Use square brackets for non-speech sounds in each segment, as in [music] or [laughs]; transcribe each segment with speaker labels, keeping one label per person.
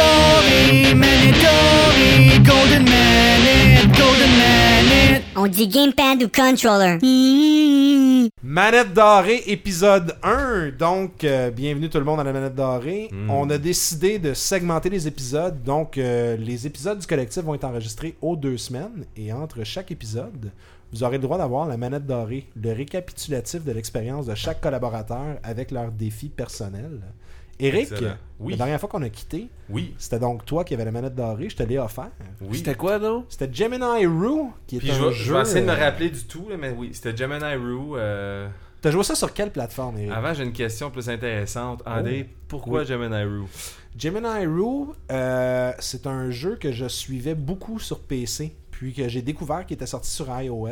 Speaker 1: Manitori, Manitori, Golden Manit, Golden Manit.
Speaker 2: On dit gamepad ou controller.
Speaker 3: Manette dorée, épisode 1. Donc, euh, bienvenue tout le monde à la Manette dorée.
Speaker 4: Hmm.
Speaker 3: On a décidé de segmenter les épisodes. Donc, euh, les épisodes du collectif vont être enregistrés aux deux semaines. Et entre chaque épisode, vous aurez le droit d'avoir la Manette dorée, le récapitulatif de l'expérience de chaque collaborateur avec leurs défis personnels. Eric,
Speaker 4: Excellent. Oui.
Speaker 3: la dernière fois qu'on a quitté,
Speaker 4: Oui,
Speaker 3: c'était donc toi qui avais la Manette dorée. Je te l'ai offert.
Speaker 4: oui.
Speaker 5: C'était quoi, non?
Speaker 3: C'était Gemini Rue qui est
Speaker 4: Puis
Speaker 3: un
Speaker 4: je, vais-
Speaker 3: jeu...
Speaker 4: je vais essayer de me
Speaker 3: euh,
Speaker 4: rappeler du tout, là, mais oui, c'était Gemini Rue. euh,
Speaker 3: T'as joué ça sur quelle plateforme, Eric?
Speaker 4: Avant, j'ai une question plus intéressante.
Speaker 3: Oh.
Speaker 4: André, pourquoi Gemini Rue
Speaker 3: Gemini Rue, euh, c'est un jeu que je suivais beaucoup sur PC, puis que j'ai découvert qu'il était sorti sur iOS.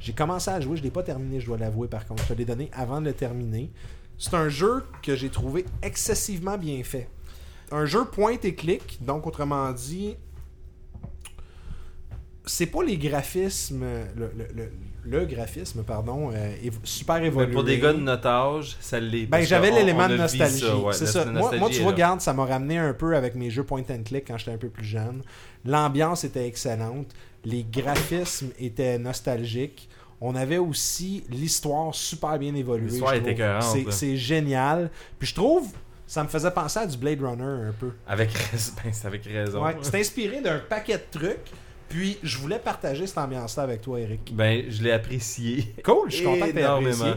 Speaker 3: J'ai commencé à jouer, je ne l'ai pas terminé, je dois l'avouer par contre. Je te l'ai donné avant de le terminer. C'est un jeu que j'ai trouvé excessivement bien fait. Un jeu point et clic, donc autrement dit, c'est pas les graphismes, le, le- le- le graphisme, pardon, euh, évo- super
Speaker 4: Mais
Speaker 3: évolué.
Speaker 4: Pour des gars de notre âge, ça l'est.
Speaker 3: Ben,
Speaker 4: parce
Speaker 3: j'avais
Speaker 4: qu'on- on
Speaker 3: l'élément
Speaker 4: a
Speaker 3: de
Speaker 4: le vit,
Speaker 3: nostalgie.
Speaker 4: ouais,
Speaker 3: c'est
Speaker 4: la-
Speaker 3: ça.
Speaker 4: la
Speaker 3: Moi, moi,
Speaker 4: nostalgie
Speaker 3: tu
Speaker 4: est
Speaker 3: vois,
Speaker 4: là.
Speaker 3: regarde, ça m'a ramené un peu avec mes jeux point and click quand j'étais un peu plus jeune. L'ambiance était excellente. Les graphismes étaient nostalgiques. On avait aussi l'histoire super bien évoluée.
Speaker 4: L'histoire
Speaker 3: je
Speaker 4: était
Speaker 3: trouve.
Speaker 4: écœurante,
Speaker 3: C'est-
Speaker 4: là.
Speaker 3: C'est génial. Puis je trouve, ça me faisait penser à du Blade Runner un peu.
Speaker 4: Avec raison. [laughs] Ben, c'est avec raison.
Speaker 3: Ouais, c'est inspiré d'un paquet de trucs. Puis je voulais partager cette ambiance-là avec toi, Eric.
Speaker 4: Ben, je l'ai apprécié.
Speaker 3: Cool, je suis content que t'aies
Speaker 4: Énormément.
Speaker 3: apprécié.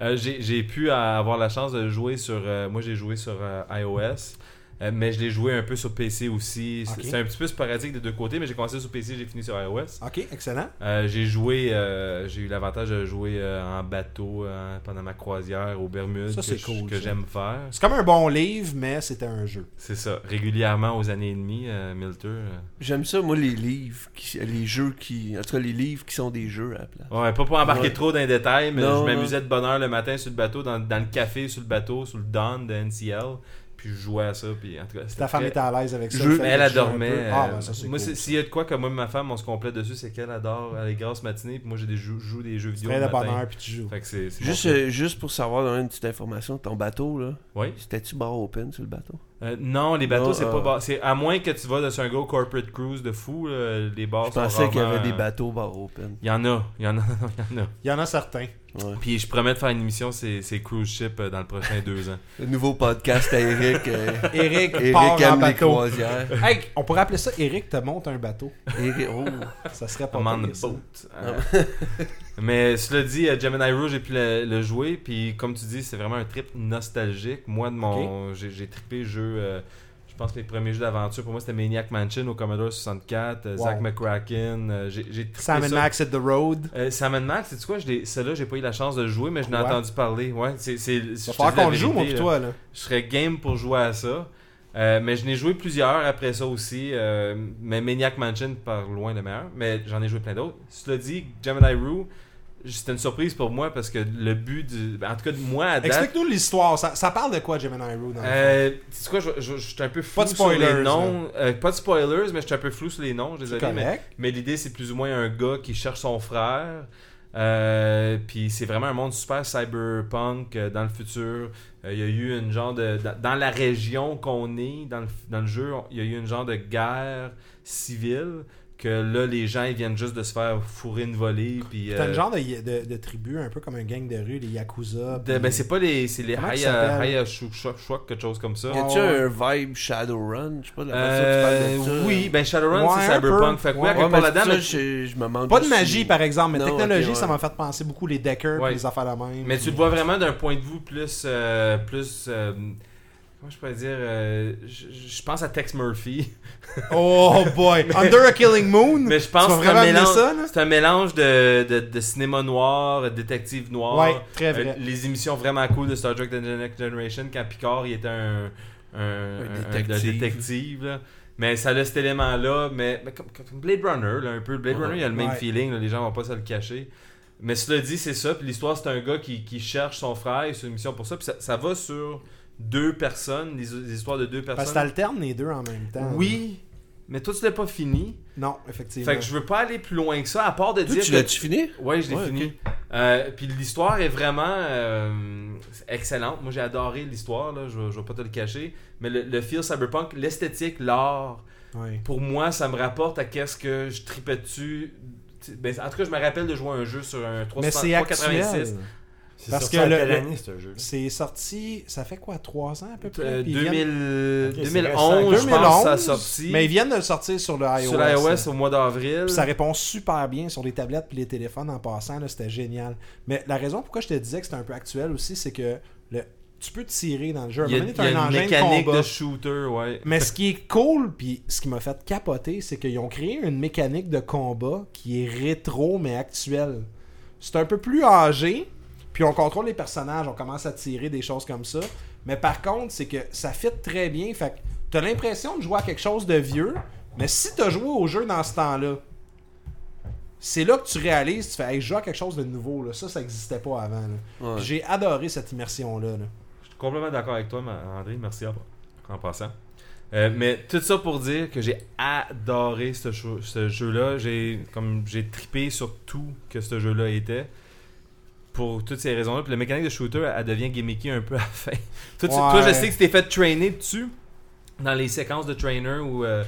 Speaker 4: Euh, j'ai j'ai pu euh, avoir la chance de jouer sur. euh, moi, j'ai joué sur euh, iOS, euh, mais je l'ai joué un peu sur PC aussi. C'est-
Speaker 3: Ok.
Speaker 4: C'est un petit peu sporadique des deux côtés, mais j'ai commencé sur PC, j'ai fini sur iOS.
Speaker 3: Ok, excellent.
Speaker 4: Euh, j'ai joué, euh, j'ai eu l'avantage de jouer euh, en bateau euh, pendant ma croisière aux Bermudes
Speaker 3: Ça,
Speaker 4: que
Speaker 3: c'est
Speaker 4: je-
Speaker 3: cool,
Speaker 4: que
Speaker 3: ça.
Speaker 4: j'aime faire.
Speaker 3: C'est comme un bon livre, mais c'était un jeu.
Speaker 4: C'est ça, régulièrement aux années et demie, euh, Milter. euh.
Speaker 5: J'aime ça, moi, les livres, qui- les jeux qui. En tout cas, les livres qui sont des jeux à la place.
Speaker 4: Ouais, pas pour embarquer
Speaker 5: Ouais.
Speaker 4: trop dans les détails, mais
Speaker 5: Non,
Speaker 4: je m'amusais de bonne heure le matin sur le bateau, dans, dans le café, sur le bateau, sur le don de NCL. Puis je jouais à ça, puis en tout cas, c'était
Speaker 3: Ta femme
Speaker 4: très-
Speaker 3: était à l'aise avec ça.
Speaker 5: Je-
Speaker 3: le fait
Speaker 4: Mais elle
Speaker 3: que tu joues un
Speaker 4: adormait. euh,
Speaker 3: peu. Ah, ben, ça, c'est
Speaker 4: moi,
Speaker 3: cool,
Speaker 4: c'est-
Speaker 3: ça.
Speaker 4: s'il y a de quoi que moi et ma femme, on se complète dessus, c'est qu'elle adore aller grasses matinées, puis moi, j'ai des jeux- je joue des jeux vidéo.
Speaker 3: Très
Speaker 4: le
Speaker 3: de bonne
Speaker 4: matin.
Speaker 3: heure, puis tu joues.
Speaker 4: Fait que c'est. c'est
Speaker 5: Juste,
Speaker 4: bon.
Speaker 5: euh, juste pour savoir, dans une petite information, ton bateau, là,
Speaker 4: Oui.
Speaker 5: c'était-tu bar open sur le bateau?
Speaker 4: Euh, non, les bateaux,
Speaker 5: Non,
Speaker 4: c'est
Speaker 5: euh,
Speaker 4: pas. bar- C'est à moins que tu vas sur un go corporate cruise de fou, là, les
Speaker 3: Ah,
Speaker 4: bars
Speaker 5: Je
Speaker 4: sont
Speaker 5: pensais qu'il y
Speaker 4: rarement,
Speaker 5: avait des
Speaker 4: euh,
Speaker 5: bateaux bar open.
Speaker 4: Il y en a, il y en a, [laughs] il y en a.
Speaker 3: Il y en a certains.
Speaker 5: Ouais.
Speaker 4: Puis je promets de faire une émission, c'est c'est cruise ship euh, dans le prochain deux ans.
Speaker 5: [laughs] Le nouveau podcast à Eric. euh,
Speaker 3: [laughs] Eric, part
Speaker 5: Eric
Speaker 3: en
Speaker 5: aime les
Speaker 3: bateau.
Speaker 5: croisières.
Speaker 3: Hey,
Speaker 4: [laughs]
Speaker 3: on pourrait appeler ça Eric te monte un bateau.
Speaker 5: Eric,
Speaker 3: [laughs]
Speaker 5: oh.
Speaker 3: Ça serait pas
Speaker 4: I'm on
Speaker 3: pire,
Speaker 4: the
Speaker 3: ça.
Speaker 4: boat.
Speaker 5: Ah
Speaker 4: Euh, [laughs] Mais cela dit, euh, Gemini Rouge, j'ai pu le, le jouer. Puis comme tu dis, c'est vraiment un trip nostalgique. Moi, de mon, j'ai, j'ai trippé jeu. euh, je pense que les premiers jeux d'aventure pour moi, c'était Maniac Mansion au Commodore 64, euh,
Speaker 3: Wow.
Speaker 4: Zack McCracken. euh, j'ai, j'ai trippé
Speaker 3: Sam and
Speaker 4: ça.
Speaker 3: Max at the road.
Speaker 4: Euh, Sam and Max, c'est quoi je l'ai- Celle-là, j'ai pas eu la chance de jouer, mais je n'ai
Speaker 3: Ouais.
Speaker 4: entendu parler. Ouais, c'est, c'est, je
Speaker 3: Va
Speaker 4: te
Speaker 3: falloir
Speaker 4: dis la
Speaker 3: qu'on le joue, moi,
Speaker 4: vérité,
Speaker 3: pis toi,
Speaker 4: là
Speaker 3: là.
Speaker 4: je serais game pour jouer à ça. Euh, mais je n'ai joué plusieurs après ça aussi. euh, mais Maniac Mansion par loin le meilleur. Mais j'en ai joué plein d'autres. Cela dit, Gemini Rue, c'était une surprise pour moi parce que le but du. En tout cas, de moi à date.
Speaker 3: Explique-nous l'histoire. Ça, ça parle de quoi, Gemini Rue, dans le fond?
Speaker 4: Euh, tu sais quoi, je, je- je suis un peu flou
Speaker 3: Pas de spoilers,
Speaker 4: sur les noms. Euh, pas de spoilers, mais je suis un peu flou sur les noms, je suis désolé. Mais,
Speaker 3: Correct.
Speaker 4: mais l'idée, c'est plus ou moins un gars qui cherche son frère. Euh, puis c'est vraiment un monde super cyberpunk euh, dans le futur. Euh, Il y a eu une genre de. Dans, dans la région qu'on est, dans le, dans le jeu, on- il y a eu une genre de guerre civile que là, les gens, ils viennent juste de se faire fourrer une volée. Puis.
Speaker 3: T'as
Speaker 4: euh,
Speaker 3: une genre de, de, de tribu, un peu comme un gang de rue, les Yakuza.
Speaker 4: de-
Speaker 3: pis-
Speaker 4: ben, c'est pas les. C'est les
Speaker 3: Comment ils
Speaker 4: Haya-
Speaker 3: s'appellent?
Speaker 4: Haya Shu- Shu- Shuak, quelque chose comme ça.
Speaker 3: Ah,
Speaker 5: Y a-tu un vibe Shadowrun? Je sais pas, la façon
Speaker 4: Euh,
Speaker 5: que tu parles de ça.
Speaker 4: oui, ben Shadowrun
Speaker 3: Ouais,
Speaker 4: c'est
Speaker 3: un
Speaker 4: cyberpunk,
Speaker 3: peu.
Speaker 4: fait que
Speaker 3: Ouais,
Speaker 4: oui, à
Speaker 5: Ouais,
Speaker 4: quelque
Speaker 5: mais
Speaker 4: part là-dedans,
Speaker 5: ça,
Speaker 4: mais,
Speaker 5: je, je me manque
Speaker 3: Pas de
Speaker 5: si-
Speaker 3: magie, par exemple, mais
Speaker 5: Non,
Speaker 3: technologie,
Speaker 5: ok, ouais.
Speaker 3: ça m'a fait penser beaucoup les Deckers, pis
Speaker 4: Ouais.
Speaker 3: les affaires la même.
Speaker 4: mais tu le vois vraiment d'un point de vue plus, euh, plus, euh, comment je pourrais dire, euh, je, je pense à Tex Murphy,
Speaker 3: [laughs]
Speaker 4: [laughs]
Speaker 3: Oh boy! Under a Killing Moon?
Speaker 4: mais je pense
Speaker 3: tu vas
Speaker 4: que c'est
Speaker 3: vraiment
Speaker 4: un
Speaker 3: amener
Speaker 4: mélange,
Speaker 3: ça, là?
Speaker 4: c'est un mélange de, de, de cinéma noir, euh, détective noir,
Speaker 3: Ouais, très
Speaker 4: Euh,
Speaker 3: vrai.
Speaker 4: les émissions vraiment cool de Star Trek The Next Generation quand Picard il était un, un, un- un- de
Speaker 5: détective.
Speaker 4: détective, là. Mais ça a cet élément-là, mais, mais comme, comme Blade Runner, là, un peu. Blade
Speaker 5: Ouais.
Speaker 4: Runner, il y a le même
Speaker 3: Ouais.
Speaker 4: feeling, là, les gens vont pas se le cacher. Mais cela dit, c'est ça. Puis l'histoire, c'est un gars qui, qui cherche son frère, il est sur une mission pour ça. Puis ça, ça va sur deux personnes, les, les histoires de deux
Speaker 3: Parce que
Speaker 4: personnes.
Speaker 3: t'alternes les deux en même temps.
Speaker 4: oui, mais toi, tu l'as pas fini.
Speaker 3: Non, effectivement.
Speaker 4: Fait que je veux pas aller plus loin que ça, à part de
Speaker 5: Toi,
Speaker 4: dire
Speaker 5: tu
Speaker 4: que
Speaker 5: l'as-tu fini?
Speaker 4: Ouais, je l'ai
Speaker 5: Ouais,
Speaker 4: fini.
Speaker 5: ok.
Speaker 4: Euh, puis l'histoire est vraiment. euh, excellente. Moi, j'ai adoré l'histoire, là, je ne vais pas te le cacher. Mais le, le feel cyberpunk, l'esthétique, l'art,
Speaker 3: Ouais.
Speaker 4: pour moi, ça me rapporte à qu'est-ce que je tripais dessus. Tu- ben, en tout cas, je me rappelle de jouer à un jeu sur un
Speaker 3: Mais
Speaker 4: 300
Speaker 3: c'est
Speaker 4: 386.
Speaker 3: actuel.
Speaker 6: C'est
Speaker 3: Parce
Speaker 6: Parce
Speaker 3: que
Speaker 6: que
Speaker 3: le-
Speaker 6: quelle
Speaker 3: le-
Speaker 6: année, ce jeu
Speaker 3: C'est sorti, ça fait quoi, 3 ans à peu près
Speaker 4: Euh,
Speaker 3: Puis ils viennent-
Speaker 4: 2000
Speaker 6: Ok, c'est
Speaker 4: 2011, je pense que ça a
Speaker 3: 2011,
Speaker 4: sorti.
Speaker 3: mais ils viennent de le sortir sur le iOS.
Speaker 4: sur l'iOS au mois d'avril.
Speaker 3: Puis ça répond super bien sur les tablettes puis les téléphones en passant, là, c'était génial. Mais la raison pourquoi je te disais que c'était un peu actuel aussi, c'est que le, tu peux tirer dans le jeu. À un
Speaker 4: Il y a,
Speaker 3: moment donné, t'as
Speaker 4: il y a
Speaker 3: un
Speaker 4: une
Speaker 3: engin de
Speaker 4: mécanique de,
Speaker 3: combat.
Speaker 4: shooter, ouais.
Speaker 3: Mais ce qui est cool, puis ce qui m'a fait capoter, c'est qu'ils ont créé une mécanique de combat qui est rétro mais actuelle. C'est un peu plus âgé, puis on contrôle les personnages, on commence à tirer des choses comme ça. Mais par contre, c'est que ça fit très bien. Fait que t'as l'impression de jouer à quelque chose de vieux, mais si t'as joué au jeu dans ce temps-là, c'est là que tu réalises, tu fais, hey, je joue à quelque chose de nouveau. Là. Ça, ça n'existait pas avant. là.
Speaker 5: Ouais.
Speaker 3: Puis J'ai adoré cette immersion-là. là.
Speaker 4: Je suis complètement d'accord avec toi, ma- André. Merci en, en passant. Euh, mais tout ça pour dire que j'ai adoré ce, cho- ce jeu-là. J'ai comme j'ai tripé sur tout que ce jeu-là était. Pour toutes ces raisons-là. Puis la mécanique de shooter, elle, elle devient gimmicky un peu à la [laughs] fin. Toi, tu- toi, je
Speaker 3: Ouais.
Speaker 4: sais que tu t'es fait trainer dessus dans les séquences de trainer où euh,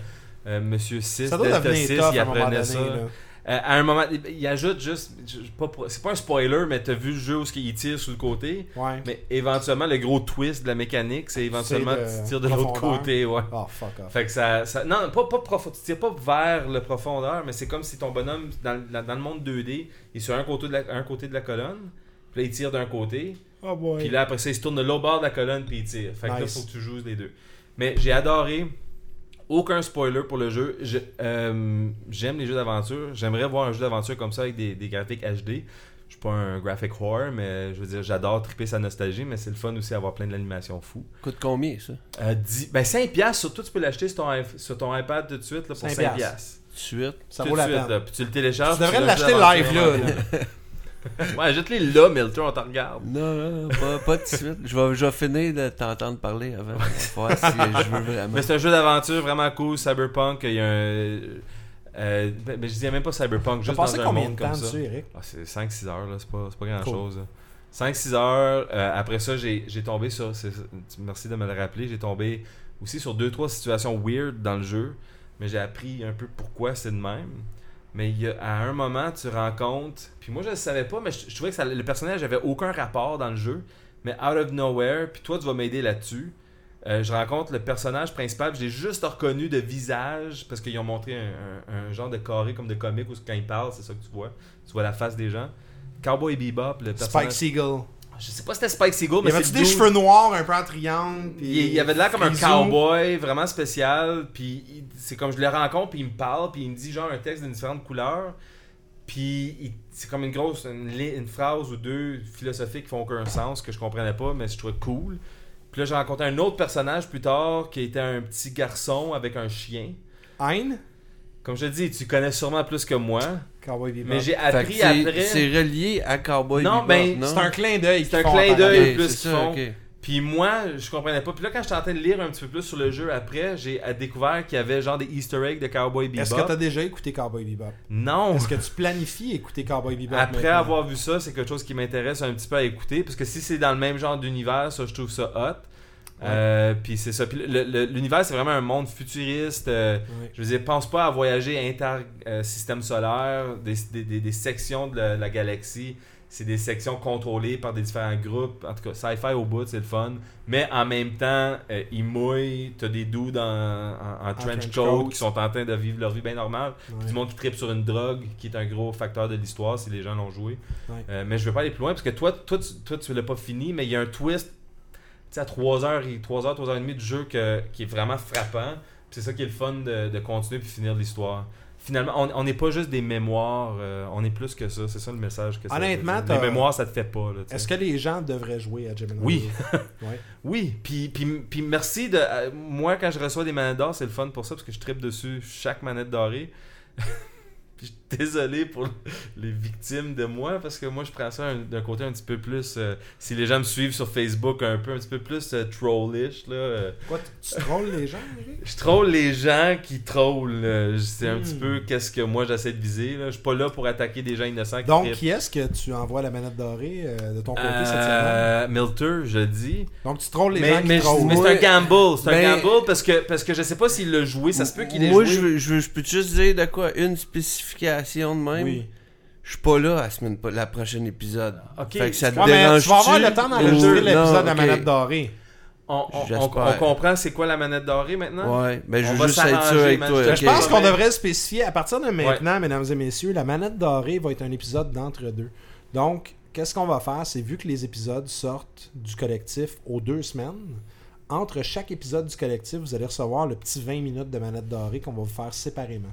Speaker 4: euh, Monsieur 6,
Speaker 3: Ça doit
Speaker 4: Delta
Speaker 3: devenir
Speaker 4: 6,
Speaker 3: tough
Speaker 4: il
Speaker 3: à un moment
Speaker 4: apprenait
Speaker 3: donné.
Speaker 4: ça.
Speaker 3: là.
Speaker 4: Euh, à un moment, il- il ajoute juste. je- je- pas pour- C'est pas un spoiler, mais t'as vu le jeu où il tire sur le côté.
Speaker 3: Ouais.
Speaker 4: Mais éventuellement, le gros twist de la mécanique, c'est éventuellement
Speaker 3: C'est de
Speaker 4: tu tires de l'autre
Speaker 3: profondeur.
Speaker 4: côté, ouais.
Speaker 3: Oh, fuck off.
Speaker 4: Fait que ça, ça- non, pas, pas profond, tu tires pas vers le profondeur, mais c'est comme si ton bonhomme dans, le- dans le monde 2D, il est sur un côté de la, un côté de la colonne, puis là il tire d'un côté,
Speaker 3: Oh boy.
Speaker 4: puis là après ça il se tourne de l'autre bord de la colonne puis il tire. Fait que là
Speaker 3: Nice.
Speaker 4: faut que tu joues les deux. Mais j'ai adoré. Aucun spoiler pour le jeu. Je- euh, J'aime les jeux d'aventure. J'aimerais voir un jeu d'aventure comme ça avec des, des graphiques HD. Je suis pas un graphic horror, mais je veux dire, j'adore triper sa nostalgie, mais c'est le fun aussi avoir plein de l'animation fou.
Speaker 5: Coûte combien, ça
Speaker 4: Euh, dix- ben 5 piastres, surtout tu peux l'acheter sur ton, iP- sur ton iPad tout de suite là, pour 5
Speaker 3: 5
Speaker 4: piastres.
Speaker 5: Tout de suite.
Speaker 3: ça
Speaker 4: Tout
Speaker 3: vaut
Speaker 4: de
Speaker 3: la
Speaker 4: suite, euh,
Speaker 3: peine.
Speaker 4: là, puis tu le télécharges.
Speaker 3: Tu devrais
Speaker 4: puis tu l'as
Speaker 3: l'acheter
Speaker 4: juste
Speaker 3: live,
Speaker 4: avant- ouais, [laughs] jette-les là, Milton, on te regarde.
Speaker 5: Non, non, non, pas, pas tout de suite. Je vais, je vais finir de t'entendre parler avant. On va voir si je veux
Speaker 4: [laughs]
Speaker 5: vraiment.
Speaker 4: Mais c'est un jeu d'aventure vraiment cool, Cyberpunk. Il y a un. euh, ben, ben, je disais même pas Cyberpunk,
Speaker 3: T'as
Speaker 4: juste
Speaker 3: passé
Speaker 4: dans un
Speaker 3: combien
Speaker 4: monde
Speaker 3: de temps
Speaker 4: comme ça.
Speaker 3: dessus, Eric
Speaker 4: Ah, c'est 5-6 heures, là, c'est pas, c'est pas grand chose. 5-6 heures, euh, après ça, j'ai j'ai tombé sur. c'est- tu- Merci de me le rappeler, j'ai tombé aussi sur 2-3 situations weird dans le jeu, mais j'ai appris un peu pourquoi c'est de même. Mais il y a- à un moment, tu rencontres. Puis moi, je le savais pas, mais je, je trouvais que ça- le personnage avait aucun rapport dans le jeu. Mais out of nowhere, puis toi, tu vas m'aider là-dessus. Euh, je rencontre le personnage principal, j'ai juste reconnu de visage parce qu'ils ont montré un, un- un genre de carré comme de comique où quand il parle, c'est ça que tu vois. Tu vois la face des gens. Cowboy Bebop, le personnage.
Speaker 3: Spike Seagull.
Speaker 4: Je sais pas si c'était Spike Seagull,
Speaker 3: Il
Speaker 4: mais
Speaker 3: y avait
Speaker 4: c'est
Speaker 3: des
Speaker 4: le dude-
Speaker 3: cheveux noirs un peu en triangle. puis
Speaker 4: il, il avait de l'air comme un
Speaker 3: frisou.
Speaker 4: cowboy vraiment spécial. Puis il- c'est comme je le rencontre, puis il me parle, puis il me dit genre un texte d'une différente couleur. Puis il- c'est comme une grosse, une, li- une phrase ou deux philosophiques qui font aucun sens, que je comprenais pas, mais je trouvais cool. Puis là, j'ai rencontré un autre personnage plus tard qui était un petit garçon avec un chien.
Speaker 3: Hein?
Speaker 4: Comme je te dis, tu connais sûrement plus que moi,
Speaker 3: Cowboy Bebop.
Speaker 4: mais j'ai
Speaker 5: Fait que
Speaker 4: appris
Speaker 5: c'est-
Speaker 4: après.
Speaker 5: C'est relié à Cowboy
Speaker 4: Non,
Speaker 5: Bebop,
Speaker 4: ben,
Speaker 5: non?
Speaker 3: C'est un clin d'œil.
Speaker 4: C'est
Speaker 3: qu'ils
Speaker 4: un
Speaker 3: font en
Speaker 4: clin
Speaker 3: parallèle.
Speaker 4: d'œil.
Speaker 5: Ok,
Speaker 4: plus
Speaker 5: c'est
Speaker 4: fond.
Speaker 5: ça, ok.
Speaker 4: Puis moi, je comprenais pas. Puis là, quand j'étais en train de lire un petit peu plus sur le jeu après, j'ai euh, découvert qu'il y avait genre des Easter eggs de Cowboy Bebop.
Speaker 3: Est-ce que t'as déjà écouté Cowboy Bebop
Speaker 4: Non.
Speaker 3: Est-ce que tu planifies écouter Cowboy Bebop
Speaker 4: Après
Speaker 3: maintenant?
Speaker 4: avoir vu ça, c'est quelque chose qui m'intéresse un petit peu à écouter. Parce que si c'est dans le même genre d'univers, ça, je trouve ça hot. Euh, puis c'est ça. Puis le- le- l'univers, c'est vraiment un monde futuriste. euh,
Speaker 3: Ouais.
Speaker 4: Je veux dire, pense pas à voyager inter-système solaire, des, des- des- des sections de la, la galaxie. C'est des sections contrôlées par des différents groupes. En tout cas, sci-fi au bout, c'est le fun. Mais en même temps, euh, ils mouillent. T'as des dudes en, en- en trench,
Speaker 3: trench
Speaker 4: coat
Speaker 3: coat.
Speaker 4: qui sont en train de vivre leur vie bien normale. Puis Du monde qui tripe sur une drogue, qui est un gros facteur de l'histoire si les gens l'ont joué.
Speaker 3: Ouais.
Speaker 4: Euh, mais je veux pas aller plus loin parce que toi, toi, tu, toi, tu l'as pas fini, mais il y a un twist tu sais, à 3h, 3h, 3h30 du jeu que- qui est vraiment frappant. Puis C'est ça qui est le fun de, de continuer puis finir l'histoire. Finalement, on- on n'est pas juste des mémoires, euh, on est plus que ça. C'est ça le message que ça veut
Speaker 3: Honnêtement,
Speaker 4: dire.
Speaker 3: t'as-
Speaker 4: les mémoires, ça te fait pas. là, tu sais.
Speaker 3: Est-ce que les gens devraient jouer à Gemini
Speaker 4: Oui. [laughs]
Speaker 3: Ouais.
Speaker 4: Oui, puis, puis, puis merci de. euh, moi, quand je reçois des manettes d'or, c'est le fun pour ça parce que je tripe dessus chaque manette dorée. [laughs] Puis je suis désolé pour les victimes de moi parce que moi je prends ça un- d'un côté un petit peu plus euh, si les gens me suivent sur Facebook un peu un petit peu plus euh, trollish là euh,
Speaker 3: Quoi, tu, tu trolles les gens, Eric?
Speaker 4: je troll les gens qui trollent euh, c'est un
Speaker 3: Hmm.
Speaker 4: petit peu qu'est-ce que moi j'essaie de viser là je suis pas là pour attaquer des gens innocents qui
Speaker 3: Donc,
Speaker 4: trippent.
Speaker 3: qui est-ce que tu envoies la manette dorée euh, de ton côté cette semaine?
Speaker 4: euh, Milter je le dis
Speaker 3: Donc, tu trolles les gens
Speaker 4: mais,
Speaker 3: qui
Speaker 4: mais-
Speaker 3: trollent.
Speaker 4: mais c'est un gamble c'est
Speaker 5: Ben-
Speaker 4: un gamble parce que parce que je sais pas s'il l'a joué ça se peut qu'il ait
Speaker 5: Moi,
Speaker 4: joué
Speaker 5: je, veux- je, veux- je peux juste dire de quoi Une spécification de même.
Speaker 3: Oui.
Speaker 5: Je suis pas là à la semaine, pro- la prochaine épisode.
Speaker 4: Ah, Ok.
Speaker 5: Fait que ça te
Speaker 3: Ouais, mais
Speaker 5: dérange
Speaker 3: tu vas avoir le temps d'enregistrer
Speaker 4: Ou-
Speaker 3: l'épisode de la manette dorée.
Speaker 4: On, on- on-
Speaker 5: J'espère.
Speaker 4: on comprend c'est quoi la manette dorée maintenant?
Speaker 5: Ouais, ben je
Speaker 4: On
Speaker 5: veux
Speaker 4: va
Speaker 5: juste être sûr
Speaker 4: s'arranger,
Speaker 5: avec
Speaker 4: man.
Speaker 5: toi.
Speaker 4: Je
Speaker 5: ok.
Speaker 3: Je pense qu'on
Speaker 4: Ouais.
Speaker 3: devrait spécifier, à partir de maintenant, mesdames et messieurs, la manette dorée va être un épisode d'entre deux. Donc, qu'est-ce qu'on va faire? C'est vu que les épisodes sortent du collectif aux deux semaines, entre chaque épisode du collectif, vous allez recevoir le petit 20 minutes de manette dorée qu'on va vous faire séparément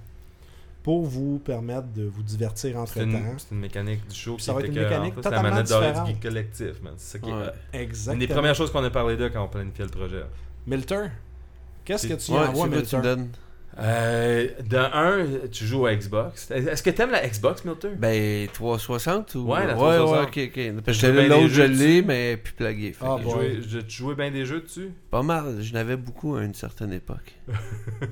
Speaker 3: pour vous permettre de vous divertir entre
Speaker 4: C'est
Speaker 3: temps.
Speaker 4: une, c'est une mécanique du show.
Speaker 3: Ça
Speaker 4: qui
Speaker 3: va être une
Speaker 4: était que, en
Speaker 3: mécanique
Speaker 4: fait, c'est la
Speaker 3: totalement
Speaker 4: manette dorée du
Speaker 3: différente.
Speaker 4: geek collectif, man. C'est ça qui est-
Speaker 5: Ouais.
Speaker 3: Exactement.
Speaker 4: Une des premières choses qu'on a parlé de quand on planifiait le projet.
Speaker 3: Milter, qu'est-ce que tu
Speaker 5: Ouais,
Speaker 3: envoies,
Speaker 5: c'est quoi tu
Speaker 3: Milter?
Speaker 5: me donnes
Speaker 4: Euh, de un, tu joues à Xbox. Est-ce que t'aimes la Xbox, Milton?
Speaker 5: Ben, 360 ou.
Speaker 4: Ouais, la
Speaker 5: ouais,
Speaker 4: 360.
Speaker 5: ok, ok. Parce
Speaker 4: Je
Speaker 5: que
Speaker 4: veux bien
Speaker 5: l'autre,
Speaker 4: des
Speaker 5: je
Speaker 4: jeux
Speaker 5: l'ai, mais plus plagué. Fait
Speaker 3: Ah,
Speaker 5: que
Speaker 4: Tu
Speaker 3: bon.
Speaker 4: jouais-
Speaker 3: ouais.
Speaker 4: je- tu jouais bien des jeux dessus?
Speaker 5: Pas mal, je n'avais beaucoup à une certaine époque.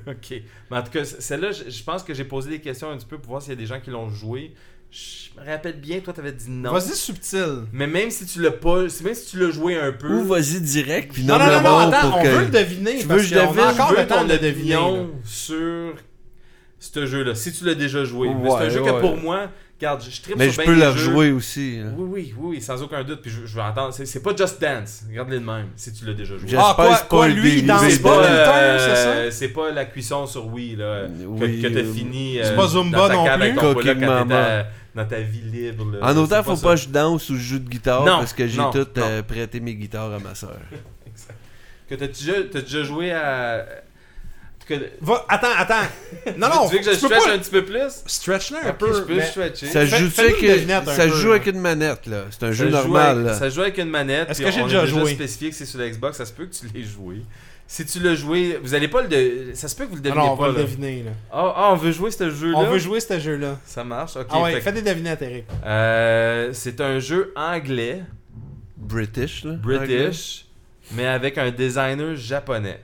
Speaker 4: ok. Mais en tout cas, c- celle-là, je je pense que j'ai posé des questions un petit peu pour voir s'il y a des gens qui l'ont joué. Je me rappelle bien, toi, t'avais dit non.
Speaker 3: Vas-y subtil.
Speaker 4: Mais même si tu l'as pas, si- même si tu l'as joué un peu.
Speaker 5: Ou vas-y direct, puis
Speaker 3: Non, non,
Speaker 5: nomme
Speaker 3: non,
Speaker 5: le monde
Speaker 3: attends,
Speaker 5: pour
Speaker 3: on
Speaker 5: que-
Speaker 3: veut le deviner.
Speaker 5: Tu
Speaker 3: parce
Speaker 5: veux que je
Speaker 3: qu'on a
Speaker 5: devine?
Speaker 3: encore
Speaker 4: je veux
Speaker 3: le temps
Speaker 4: ton
Speaker 3: de le deviner. là.
Speaker 4: opinion sur ce jeu-là, si tu l'as déjà joué. Mais c'est
Speaker 5: Ouais,
Speaker 4: un jeu
Speaker 5: ouais.
Speaker 4: que pour moi, regarde, je, je tripe
Speaker 5: Mais
Speaker 4: sur
Speaker 5: je
Speaker 4: bien
Speaker 5: peux
Speaker 4: des
Speaker 5: le
Speaker 4: jeux.
Speaker 5: rejouer aussi. là.
Speaker 3: Ah,
Speaker 4: Oui, oui, oui, oui, sans aucun doute. Puis je, je vais attendre. C'est, c'est pas Just Dance. Regarde-les de même, si tu l'as déjà joué.
Speaker 5: J'espère
Speaker 3: Ah, quoi-
Speaker 5: c'est
Speaker 3: quoi,
Speaker 5: pas le
Speaker 3: lui, il
Speaker 5: début.
Speaker 3: danse
Speaker 4: c'est
Speaker 3: pas,
Speaker 4: pas,
Speaker 3: Milton,
Speaker 4: euh,
Speaker 3: c'est ça?
Speaker 4: c'est pas la cuisson sur Wii là, que,
Speaker 5: Oui,
Speaker 4: que t'as
Speaker 5: euh,
Speaker 4: fini.
Speaker 3: c'est
Speaker 4: euh,
Speaker 3: pas Zumba
Speaker 4: dans ta
Speaker 3: non
Speaker 4: cave avec
Speaker 3: plus.
Speaker 4: ton coloc
Speaker 5: Coquille
Speaker 4: quand
Speaker 5: maman.
Speaker 4: t'étais, euh, dans ta vie libre. là.
Speaker 5: En
Speaker 4: C'est
Speaker 5: autant, faut
Speaker 4: ça.
Speaker 5: pas que je danse ou je joue de guitare
Speaker 4: Non,
Speaker 5: parce que j'ai
Speaker 4: non,
Speaker 5: tout euh, prêté mes guitares à ma soeur.
Speaker 4: Que t'as déjà, t'as déjà joué à. Que...
Speaker 3: Va- attends, attends. Non, non,
Speaker 4: tu veux que je
Speaker 3: tu peux
Speaker 4: stretch
Speaker 3: pas...
Speaker 4: un petit peu plus
Speaker 3: Stretch là un
Speaker 4: Ok,
Speaker 3: peu.
Speaker 4: je peux
Speaker 3: mais
Speaker 4: stretcher.
Speaker 3: Fais-
Speaker 5: Ça joue, tu
Speaker 3: fais-nous
Speaker 5: sais,
Speaker 3: une devinette
Speaker 5: que,
Speaker 3: un
Speaker 5: ça
Speaker 3: peu,
Speaker 5: joue
Speaker 3: là.
Speaker 5: avec une manette, là. C'est un
Speaker 4: Ça
Speaker 5: jeu
Speaker 4: joue
Speaker 5: normal,
Speaker 4: avec-
Speaker 5: là.
Speaker 4: Ça joue avec une manette.
Speaker 3: Est-ce
Speaker 4: puis
Speaker 3: que j'ai
Speaker 4: on
Speaker 3: déjà
Speaker 4: a
Speaker 3: joué?
Speaker 4: spécifié que c'est sur la Xbox. Ça se peut que tu l'aies joué. Si tu l'as joué, vous allez pas le. de- Ça se peut que vous le
Speaker 3: Non,
Speaker 4: deviniez
Speaker 3: Ah non, on
Speaker 4: pas.
Speaker 3: va le
Speaker 4: là.
Speaker 3: deviner. Là.
Speaker 4: Ah, ah, on veut jouer ce jeu-là.
Speaker 3: On veut jouer ce jeu-là.
Speaker 4: Ça marche. Ok.
Speaker 3: ah ouais,
Speaker 4: fait que,
Speaker 3: fais des devinettes, Eric.
Speaker 4: euh, c'est un jeu anglais,
Speaker 5: British, là.
Speaker 4: British, mais avec un designer japonais.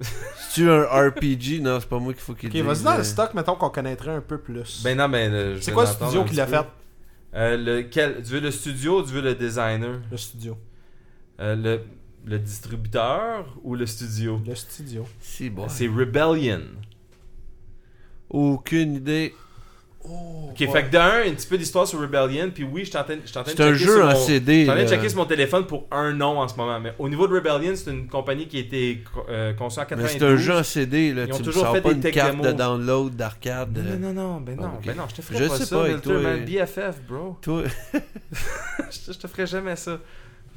Speaker 5: Ah, C'est-tu un RPG? Non, c'est pas moi qu'il faut qu'il
Speaker 3: Ok,
Speaker 5: dise,
Speaker 3: vas-y dans
Speaker 5: euh,
Speaker 3: le stock, mettons qu'on connaîtrait un peu plus.
Speaker 4: Ben non, ben. euh, je
Speaker 3: c'est
Speaker 4: vais
Speaker 3: quoi le
Speaker 4: l'entendre
Speaker 3: studio
Speaker 4: un
Speaker 3: qui
Speaker 4: petit
Speaker 3: l'a
Speaker 4: peu.
Speaker 3: fait
Speaker 4: Euh, le- quel- Tu veux le studio ou tu veux le designer
Speaker 3: Le studio.
Speaker 4: Euh, le... le distributeur ou le studio
Speaker 3: Le studio.
Speaker 5: Si, bon.
Speaker 4: C'est Rebellion.
Speaker 5: Aucune idée.
Speaker 3: Oh,
Speaker 4: Ok, fait que d'un, un petit peu d'histoire sur Rebellion, puis oui, je suis en train je suis en train de
Speaker 5: C'est un
Speaker 4: checker
Speaker 5: jeu
Speaker 4: sur
Speaker 5: en euh.
Speaker 4: mon-
Speaker 5: CD.
Speaker 4: Je suis en train de
Speaker 5: là.
Speaker 4: checker sur mon téléphone pour un nom en ce moment, mais au niveau de Rebellion, c'est une compagnie qui a été euh, conçue en
Speaker 5: Mais
Speaker 4: 92.
Speaker 5: c'est un jeu en CD, là.
Speaker 4: Ils ont
Speaker 5: Tu me
Speaker 4: toujours
Speaker 5: sors
Speaker 4: fait
Speaker 5: pas
Speaker 4: des
Speaker 5: une
Speaker 4: tech
Speaker 5: carte de
Speaker 4: démos.
Speaker 5: download d'arcade.
Speaker 4: Non,
Speaker 5: euh,
Speaker 4: non, non, ben non,
Speaker 5: Ok.
Speaker 4: ben non, je te ferais
Speaker 5: Je
Speaker 4: pas
Speaker 5: sais
Speaker 4: ça,
Speaker 5: pas,
Speaker 4: Milton,
Speaker 5: toi,
Speaker 4: man.
Speaker 5: et-
Speaker 4: BFF, bro.
Speaker 5: [laughs] Toi,
Speaker 4: je, je te ferais jamais ça.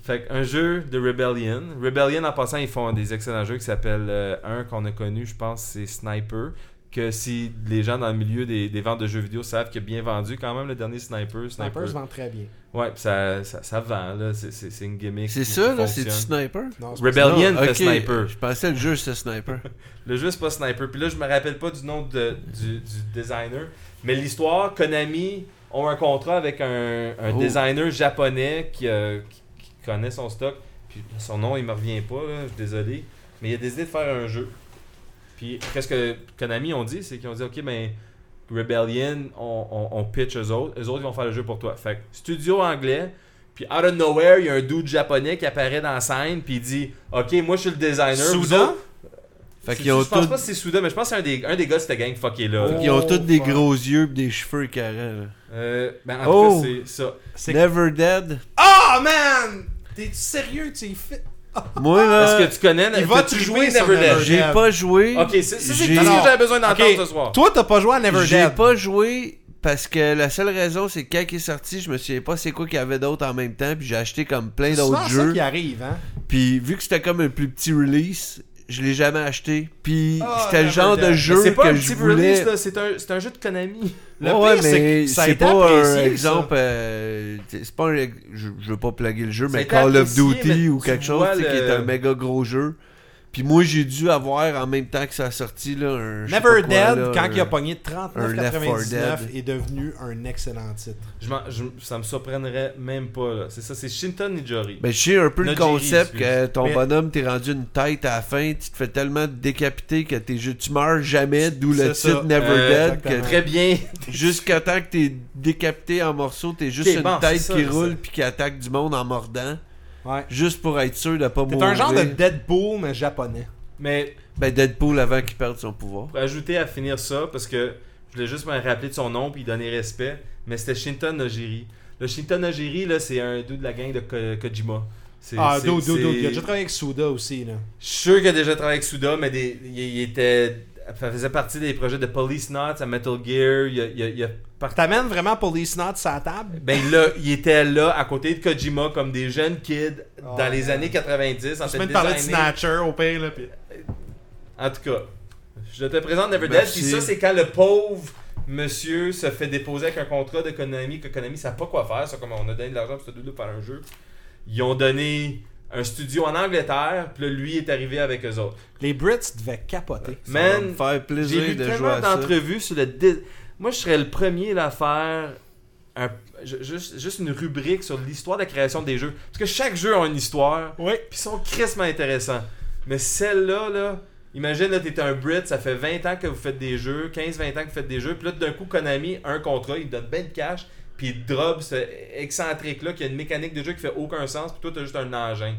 Speaker 4: Fait un jeu de Rebellion. Rebellion, en passant, ils font des excellents jeux qui s'appellent euh, un qu'on a connu, je pense, c'est Sniper. Que si les gens dans le milieu des, des ventes de jeux vidéo savent qu'il a bien vendu quand même le dernier Sniper.
Speaker 3: Snipers vend très bien.
Speaker 4: Ouais, pis ça, ça, ça vend, là. C'est- C'est c'est une gimmick.
Speaker 5: c'est
Speaker 4: qui
Speaker 5: ça, là? C'est
Speaker 4: fonctionne.
Speaker 5: du sniper?
Speaker 3: Non, c'est pas-
Speaker 4: Rebellion
Speaker 5: Non,
Speaker 4: fait
Speaker 5: ok,
Speaker 4: Sniper.
Speaker 5: Je pensais le jeu, c'est sniper.
Speaker 3: [laughs]
Speaker 4: Le jeu, c'est pas Sniper. Puis là, je me rappelle pas du nom de, du, du designer. Mais l'histoire, Konami ont un contrat avec un, un
Speaker 5: Oh.
Speaker 4: designer japonais qui, euh, qui- qui connaît son stock. Puis son nom, il me revient pas, là, je suis désolé. Mais il a décidé de faire un jeu. Puis qu'est-ce que Konami ont dit C'est qu'ils ont dit, OK, ben, Rebellion, on, on, on pitch eux autres. Eux autres, ils vont faire le jeu pour toi. Fait que studio anglais. Puis out of nowhere, il y a un dude japonais qui apparaît dans la scène. Puis il dit, OK, moi, je suis le designer. vous
Speaker 3: Soudan?
Speaker 4: autres,
Speaker 5: Fait
Speaker 4: c'est-
Speaker 5: qu'ils ont
Speaker 4: Je pense
Speaker 5: tous
Speaker 4: pas que c'est Souda, mais je pense que c'est un des, un des gars de cette gang fucké là.
Speaker 5: Ils ont tous des
Speaker 3: Oh,
Speaker 5: gros yeux pis des cheveux carrés.
Speaker 4: Euh, ben, en tout
Speaker 5: Oh!
Speaker 4: cas, c'est ça.
Speaker 3: C'est-
Speaker 5: Never Dead.
Speaker 3: Ah, man! T'es sérieux? Tu y fais.
Speaker 5: Moi, là,
Speaker 4: Est-ce que tu connais
Speaker 3: Euh, il va
Speaker 4: t'as-tu
Speaker 3: tu
Speaker 4: joué
Speaker 3: jouer sur
Speaker 4: Neverland?
Speaker 3: Neverland?
Speaker 5: j'ai pas joué.
Speaker 4: Ok, c'est- c'est c'est tout ce
Speaker 5: J'ai-
Speaker 4: que
Speaker 3: Non.
Speaker 4: j'avais besoin d'entendre
Speaker 3: Ok.
Speaker 4: ce soir.
Speaker 3: Toi, t'as pas joué à Never
Speaker 5: J'ai
Speaker 3: Dead.
Speaker 5: pas joué parce que la seule raison, c'est que quand il est sorti, je me souviens pas c'est quoi qu'il y avait d'autre en même temps, puis j'ai acheté comme plein
Speaker 3: C'est souvent ça
Speaker 5: d'autres jeux.
Speaker 3: qui arrive, hein?
Speaker 5: Puis vu que c'était comme un plus petit release, je l'ai jamais acheté. Puis
Speaker 3: Ah,
Speaker 5: c'était le
Speaker 3: Never
Speaker 5: genre de
Speaker 3: Dead.
Speaker 4: Mais
Speaker 5: jeu
Speaker 4: c'est pas
Speaker 5: que
Speaker 4: un
Speaker 5: je
Speaker 4: petit release,
Speaker 5: voulais.
Speaker 4: là, c'est un, c'est un jeu de Konami.
Speaker 3: Le
Speaker 5: ouais,
Speaker 3: pire, c'est
Speaker 5: mais
Speaker 3: que ça a
Speaker 5: c'est
Speaker 3: été
Speaker 5: pas
Speaker 3: apprécié,
Speaker 5: un
Speaker 3: ça.
Speaker 5: exemple. euh, c'est pas un, ex- je, je veux pas plaguer le jeu,
Speaker 4: Ça a
Speaker 5: mais
Speaker 4: été
Speaker 5: Call of
Speaker 4: apprécié,
Speaker 5: Duty
Speaker 4: mais
Speaker 5: ou
Speaker 4: tu
Speaker 5: quelque chose
Speaker 4: vois
Speaker 5: tu sais, qui
Speaker 4: le-
Speaker 5: est un méga gros jeu. Puis moi, j'ai dû avoir en même temps que ça a sorti là, un. je sais
Speaker 3: Never
Speaker 5: pas quoi,
Speaker 3: Dead,
Speaker 5: là,
Speaker 3: quand
Speaker 5: un-
Speaker 3: il a pogné
Speaker 5: un Left 4
Speaker 3: 39,99,
Speaker 5: Dead.
Speaker 3: est devenu un excellent titre.
Speaker 4: Je m'en- je- ça me surprendrait même pas. là. C'est ça, c'est Shinton Nijori.
Speaker 5: Ben, je sais un peu le
Speaker 4: Notre
Speaker 5: concept
Speaker 4: Jerry,
Speaker 5: que ton
Speaker 3: Mais-
Speaker 5: bonhomme t'es rendu une tête à la fin, tu te fais tellement décapiter que t'es juste- tu meurs jamais, d'où le titre
Speaker 3: C'est ça.
Speaker 5: Never
Speaker 4: Euh,
Speaker 5: Dead.
Speaker 3: exactement.
Speaker 5: que
Speaker 4: Très bien.
Speaker 5: Jusqu'à temps que t'es décapité en morceaux, t'es juste
Speaker 4: T'es
Speaker 5: une
Speaker 4: bon, c'est
Speaker 5: tête
Speaker 4: ça,
Speaker 5: qui
Speaker 4: c'est ça.
Speaker 5: roule puis qui attaque du monde en mordant,
Speaker 3: Ouais.
Speaker 5: juste pour être sûr de pas
Speaker 3: C'est
Speaker 5: mourir.
Speaker 3: un genre de Deadpool, mais japonais.
Speaker 4: [laughs] Mais
Speaker 5: Ben Deadpool avant qu'il perde son pouvoir.
Speaker 4: pour ajouter à finir ça, parce que je voulais juste me rappeler de son nom puis lui donner respect, mais c'était Shinton Nojiri. Le Shinton Nojiri, là, c'est un dude de la gang de Ko- Kojima. C'est-
Speaker 3: Ah,
Speaker 4: c'est-
Speaker 3: Dodo, Dodo.
Speaker 4: c'est-
Speaker 3: Il a déjà travaillé avec Suda aussi, là.
Speaker 4: Je suis sûr qu'il a déjà travaillé avec Suda, mais des- il, il était, ça faisait partie des projets de Police Knots à Metal Gear. Il a, il a- il a part-
Speaker 3: T'amènes vraiment Police Knots à la table?
Speaker 4: Ben là, il était là à côté de Kojima comme des jeunes kids
Speaker 3: Oh,
Speaker 4: dans les
Speaker 3: man.
Speaker 4: années 90. En,
Speaker 3: Tu
Speaker 4: train
Speaker 3: peux
Speaker 4: de
Speaker 3: me parler de
Speaker 4: designer.
Speaker 3: Snatcher, au pire, là. Pis...
Speaker 4: en tout cas, je te présente Never Dead.
Speaker 5: Merci.
Speaker 4: Puis ça, c'est quand le pauvre monsieur se fait déposer avec un contrat de Konami, que Konami ne sait pas quoi faire. C'est comme on a donné de l'argent pour ce dude-là pour faire un jeu. Ils ont donné un studio en Angleterre, puis là, lui est arrivé avec eux autres.
Speaker 3: Les Brits devaient capoter.
Speaker 5: Ça
Speaker 4: Man,
Speaker 5: va me faire
Speaker 4: J'ai
Speaker 5: plaisir
Speaker 4: lu
Speaker 5: de jouer
Speaker 4: tellement
Speaker 5: à ça.
Speaker 4: d'entrevues sur le. dé- Moi, je serais le premier là, à faire un- ju- juste, juste une rubrique sur l'histoire de la création des jeux. Parce que chaque jeu a une histoire,
Speaker 3: Oui.
Speaker 4: puis ils sont crissement intéressants. Mais celle-là, là, imagine, là, t'es un Brit, ça fait 20 ans que vous faites des jeux, 15-20 ans que vous faites des jeux, puis là, d'un coup, Konami, un contrat, il te donne ben de cash, puis il te drop ce excentrique-là qui a une mécanique de jeu qui fait aucun sens, puis toi, t'as juste un engin.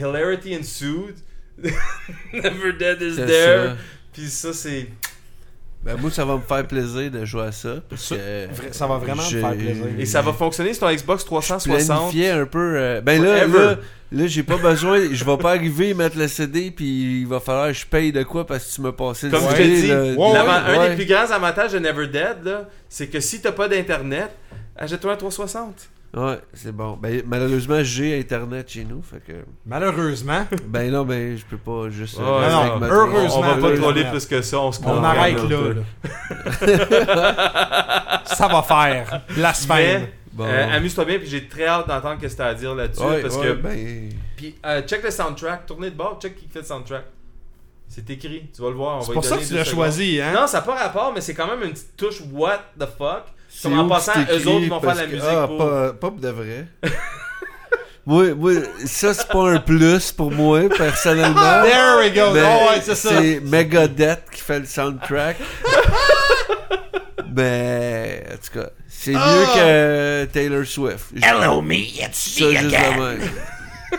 Speaker 4: Hilarity ensued. [laughs] Never dead is
Speaker 5: C'est
Speaker 4: there.
Speaker 5: ça.
Speaker 4: Puis ça, c'est.
Speaker 5: Ben moi, ça va me faire plaisir de jouer à ça. Parce
Speaker 3: Ça-
Speaker 5: que
Speaker 3: vra- ça va vraiment me faire plaisir.
Speaker 4: Et ça va fonctionner sur ton Xbox 360.
Speaker 5: planifier un peu. euh, ben là,
Speaker 4: Forever.
Speaker 5: là, là, j'ai pas besoin. Je vais pas arriver mettre le CD, puis il va falloir que je paye de quoi parce que tu m'as passé le
Speaker 4: Comme je
Speaker 5: CD.
Speaker 4: te dis,
Speaker 5: là.
Speaker 3: ouais,
Speaker 4: l'avant- un
Speaker 5: ouais.
Speaker 4: des plus grands avantages de Never Dead, là, c'est que si t'as pas d'internet, achète-toi un 360.
Speaker 5: Ouais, c'est bon. Ben, malheureusement, j'ai internet chez nous, fait que.
Speaker 3: Malheureusement,
Speaker 5: Ben non, ben je peux pas juste. euh,
Speaker 4: Ouais,
Speaker 5: rester
Speaker 4: non,
Speaker 5: avec ma-
Speaker 3: heureusement.
Speaker 4: On va pas
Speaker 3: Heureusement.
Speaker 4: troller plus que ça, on se
Speaker 3: on
Speaker 4: comprend,
Speaker 3: arrête
Speaker 4: là.
Speaker 3: là. là. ça va faire. Blasphème.
Speaker 4: Mais,
Speaker 5: Bon.
Speaker 4: euh, amuse-toi bien, puis j'ai très hâte d'entendre ce que t'as à dire là-dessus.
Speaker 5: Ouais,
Speaker 4: parce
Speaker 5: ouais,
Speaker 4: que.
Speaker 5: ben,
Speaker 4: Puis, euh, check le soundtrack, tournez de bord, check qui fait le soundtrack. C'est écrit, tu vas le voir. on
Speaker 3: C'est
Speaker 4: va
Speaker 3: pour
Speaker 4: lui
Speaker 3: ça que
Speaker 4: donner
Speaker 3: tu
Speaker 4: deux
Speaker 3: l'as
Speaker 4: secondes.
Speaker 3: choisi, hein?
Speaker 4: Non, ça n'a pas rapport, mais c'est quand même une petite touche what the fuck.
Speaker 5: c'est
Speaker 4: Comme en
Speaker 5: où
Speaker 4: passant,
Speaker 5: que c'est
Speaker 4: eux autres
Speaker 5: écrit,
Speaker 4: vont faire
Speaker 5: parce
Speaker 4: la
Speaker 5: que-
Speaker 4: musique
Speaker 5: Ah,
Speaker 4: pour-
Speaker 5: pas, pas de vrai. [laughs] moi, moi, ça c'est pas un plus pour moi
Speaker 4: Ah,
Speaker 5: personnellement.
Speaker 3: There we go.
Speaker 5: Mais
Speaker 3: Oh, ouais, c'est ça.
Speaker 5: Megadeth qui fait le soundtrack. Mais en tout cas, c'est mieux
Speaker 4: Ah!
Speaker 5: que Taylor Swift. Hello me, it's me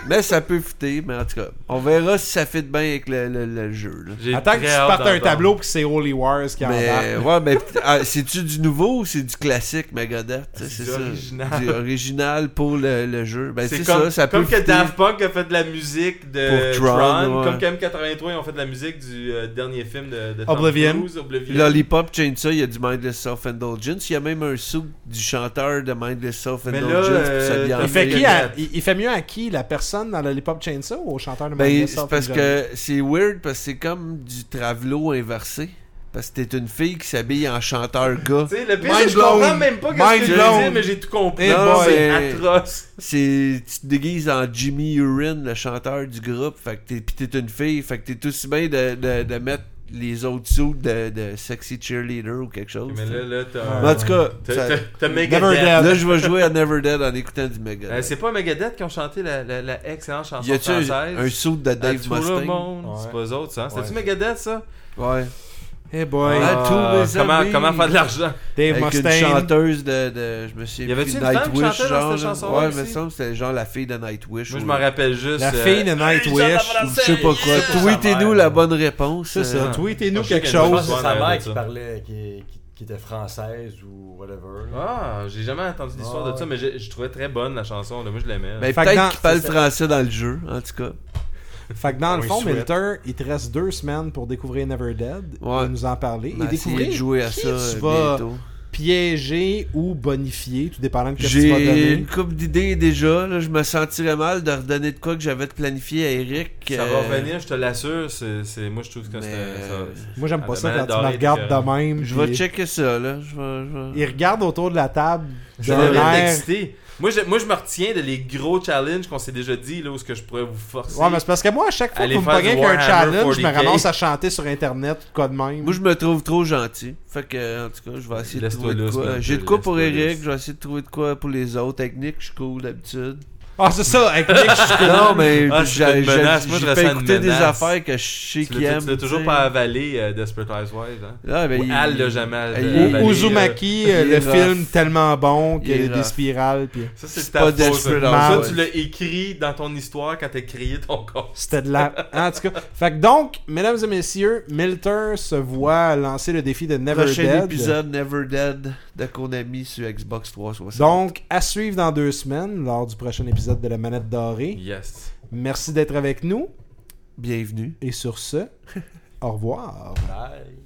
Speaker 5: Mais ça peut fitter, mais en tout cas, on verra si ça fit bien avec le, le- le jeu. là.
Speaker 4: J'ai
Speaker 3: Attends que
Speaker 4: très
Speaker 3: tu
Speaker 4: hâte
Speaker 3: partes un
Speaker 4: d'entendre.
Speaker 3: tableau puis c'est Holy Wars qui
Speaker 5: Mais
Speaker 3: embarque.
Speaker 5: ouais, mais ah, c'est-tu du nouveau ou c'est du classique Megadeth tu sais,
Speaker 4: C'est
Speaker 5: C'est
Speaker 4: du
Speaker 5: ça,
Speaker 4: original.
Speaker 5: du original pour le, le jeu. Ben
Speaker 4: C'est
Speaker 5: c'est
Speaker 4: comme,
Speaker 5: ça, ça peut
Speaker 4: comme que
Speaker 5: fitter.
Speaker 4: Daft Punk a fait de la musique de
Speaker 5: Pour Tron,
Speaker 4: Tron,
Speaker 5: ouais.
Speaker 4: comme KM83 ils ont fait de la musique du euh, dernier film de, de
Speaker 3: Oblivion.
Speaker 4: Tom Cruise, Oblivion.
Speaker 5: Lollipop Chainsaw, il y a du Mindless Self-Indulgence. Il y a même un sou du chanteur de Mindless Self-Indulgence.
Speaker 4: Mais là, euh,
Speaker 5: pour s'habiller en
Speaker 3: Il fait,
Speaker 5: bleu.
Speaker 3: qui à- il, il fait mieux à qui La personne dans l'Hip-Hop Chainsaw ou au chanteur de
Speaker 5: Ben,
Speaker 3: Mindless
Speaker 5: c'est
Speaker 3: Self
Speaker 5: parce
Speaker 3: Indulgence?
Speaker 5: que c'est weird parce que c'est comme du travelo inversé. Parce que t'es une fille qui s'habille en chanteur gars.
Speaker 4: Tu sais, le pire,
Speaker 3: Mind
Speaker 4: c'est que je comprends
Speaker 3: blown.
Speaker 4: même pas
Speaker 3: Mind
Speaker 4: ce que je
Speaker 3: blown.
Speaker 4: disais, mais j'ai tout compris.
Speaker 5: Eh
Speaker 4: Non,
Speaker 5: boy.
Speaker 4: c'est atroce.
Speaker 5: C'est tu te déguises en Jimmy Urine, le chanteur du groupe. Fait que t'es pis t'es une fille. Fait que t'es tout aussi bien de, de, de mettre les autres sous de, de sexy cheerleader ou quelque chose.
Speaker 4: Mais là, là,
Speaker 5: Mais
Speaker 4: t'as...
Speaker 5: en tout cas,
Speaker 4: t'as-
Speaker 5: ça-
Speaker 4: t'as- T'as
Speaker 3: Never
Speaker 4: Megadeth.
Speaker 3: Dead.
Speaker 5: là je vais jouer à Never Dead en écoutant du Megadeth.
Speaker 4: Euh, c'est pas Megadeth qui ont chanté la, la, la excellente chanson
Speaker 5: Y a-tu
Speaker 4: française.
Speaker 5: un, un saut de
Speaker 4: À
Speaker 5: Dave
Speaker 4: tout le
Speaker 5: Mustang?
Speaker 4: monde.
Speaker 3: Ouais.
Speaker 4: C'est pas eux autres, ça. hein?
Speaker 3: Ouais.
Speaker 4: C'est-tu Megadeth, ça?
Speaker 5: Ouais.
Speaker 3: Hey boy.
Speaker 4: Ah,
Speaker 5: Ah, tous mes
Speaker 4: comment,
Speaker 5: amis.
Speaker 4: comment faire de l'argent?
Speaker 3: Dave
Speaker 5: Avec une
Speaker 3: Mustaine.
Speaker 5: chanteuse de, de je me suis
Speaker 4: Y avait-tu une femme qui chantait dans cette chanson-là
Speaker 5: Ouais,
Speaker 4: aussi?
Speaker 5: mais il me semble que c'était genre la fille de Nightwish.
Speaker 4: Moi, je
Speaker 5: ou-
Speaker 4: m'en rappelle juste.
Speaker 3: La
Speaker 4: euh,
Speaker 3: fille de Nightwish.
Speaker 5: ou je sais pas quoi.
Speaker 4: Yeah!
Speaker 5: Tweetez-nous la bonne réponse.
Speaker 3: C'est ça.
Speaker 5: Euh,
Speaker 3: Tweetez-nous
Speaker 4: Je sais
Speaker 3: quelque
Speaker 4: qu'il y a une
Speaker 6: Je pense
Speaker 3: chose.
Speaker 6: que c'est sa
Speaker 4: Ouais,
Speaker 6: mère
Speaker 4: ouais,
Speaker 6: qui
Speaker 4: ça.
Speaker 6: parlait, qui, qui- qui était française ou whatever.
Speaker 4: Ah, j'ai jamais entendu l'histoire
Speaker 6: Ah,
Speaker 4: de ça,
Speaker 6: ouais.
Speaker 4: mais je, je trouvais très bonne la chanson. là. Moi, je l'aimais.
Speaker 5: Ben,
Speaker 3: Fait que dans-
Speaker 5: peut-être qu'il parle
Speaker 6: c'est ça.
Speaker 5: français dans le jeu, en tout cas.
Speaker 3: Fait que dans le
Speaker 6: Oui,
Speaker 3: fond,
Speaker 6: souhaite.
Speaker 3: Milter, il te reste deux semaines pour découvrir Never Dead
Speaker 5: Ouais.
Speaker 3: et nous en parler.
Speaker 5: Ben,
Speaker 3: et
Speaker 5: essayez
Speaker 3: découvrir
Speaker 5: de jouer à
Speaker 3: qui
Speaker 5: ça euh,
Speaker 3: tu vas
Speaker 5: bientôt.
Speaker 3: piéger ou bonifier, tout dépendant de ce que tu vas
Speaker 5: J'ai une
Speaker 3: donner.
Speaker 5: couple d'idées déjà. Là, je me sentirais mal de redonner de quoi que j'avais de planifié à Eric.
Speaker 4: Ça
Speaker 5: euh,
Speaker 4: va revenir, je te l'assure. c'est c'est- Moi, je trouve que
Speaker 5: Mais-
Speaker 4: c'est ça-
Speaker 3: Moi, j'aime
Speaker 4: Ah,
Speaker 3: pas
Speaker 4: la
Speaker 3: ça quand
Speaker 4: manette
Speaker 3: tu me
Speaker 4: dorée, euh,
Speaker 3: regardes
Speaker 4: t'es
Speaker 3: de même.
Speaker 5: Je
Speaker 3: puis
Speaker 5: vais checker ça, là. Je vais- je vais-
Speaker 3: Il regarde autour de la table
Speaker 4: Je
Speaker 3: Dans
Speaker 4: devrais
Speaker 3: l'air.
Speaker 4: texter. Moi je, moi, je me retiens de les gros challenges qu'on s'est déjà dit, là, où ce que je pourrais vous forcer.
Speaker 3: Ouais, mais c'est parce que moi, à chaque fois que
Speaker 4: Allez
Speaker 3: vous me
Speaker 4: faire
Speaker 3: pognez
Speaker 4: du
Speaker 3: avec un
Speaker 4: Warhammer
Speaker 3: challenge, je me
Speaker 4: 40K.
Speaker 3: ramasse à chanter sur Internet ou quoi de même.
Speaker 5: Moi, je me trouve trop gentil. Fait que, euh, en tout cas, je vais essayer de
Speaker 4: Laisse-toi
Speaker 5: trouver de
Speaker 4: lousse,
Speaker 5: quoi.
Speaker 4: man.
Speaker 5: J'ai de quoi pour
Speaker 4: Laisse-toi
Speaker 5: Eric,
Speaker 4: lousse.
Speaker 5: je vais essayer de trouver de quoi pour les autres. Avec Nick, je suis cool d'habitude.
Speaker 3: Ah, c'est ça, avec Nick, je suis
Speaker 5: Non, mais
Speaker 4: [laughs] Ah, je suis
Speaker 5: j'ai
Speaker 4: une menace. Moi, je
Speaker 5: j'ai
Speaker 4: reste
Speaker 5: fait
Speaker 4: une
Speaker 5: écouter des
Speaker 4: menace.
Speaker 5: affaires que je sais
Speaker 4: Tu
Speaker 5: qu'il
Speaker 4: l'as
Speaker 5: aime.
Speaker 4: tu l'as toujours
Speaker 5: tu sais.
Speaker 4: pas avalé euh, Desperate Housewives, hein?
Speaker 5: Ah, ben,
Speaker 4: Ou
Speaker 5: il-
Speaker 4: Al l'a jamais avalé.
Speaker 5: il-
Speaker 3: Ou
Speaker 5: Valérie,
Speaker 3: Uzumaki,
Speaker 5: euh,
Speaker 3: euh, le
Speaker 5: il est
Speaker 3: film
Speaker 5: rough.
Speaker 3: tellement bon qu'il y
Speaker 5: Il
Speaker 3: a
Speaker 5: est
Speaker 3: des
Speaker 5: rough.
Speaker 3: spirales. Puis...
Speaker 4: Ça, c'est
Speaker 5: pas
Speaker 4: ta faute.
Speaker 5: Desperate
Speaker 4: Ça,
Speaker 3: Housewives.
Speaker 4: tu l'as écrit dans ton histoire quand t'as créé ton compte.
Speaker 3: C'était de la. [laughs] En tout cas. Fait que donc, mesdames et messieurs, Milter se voit lancer le défi de Never
Speaker 5: Prochain
Speaker 3: Dead.
Speaker 5: épisode Never Dead de Konami sur Xbox 360.
Speaker 3: Donc, à suivre dans deux semaines, lors du prochain épisode de La Manette Dorée.
Speaker 4: Yes.
Speaker 3: Merci d'être avec nous.
Speaker 5: bienvenue.
Speaker 3: Et sur ce, au revoir.
Speaker 6: Bye.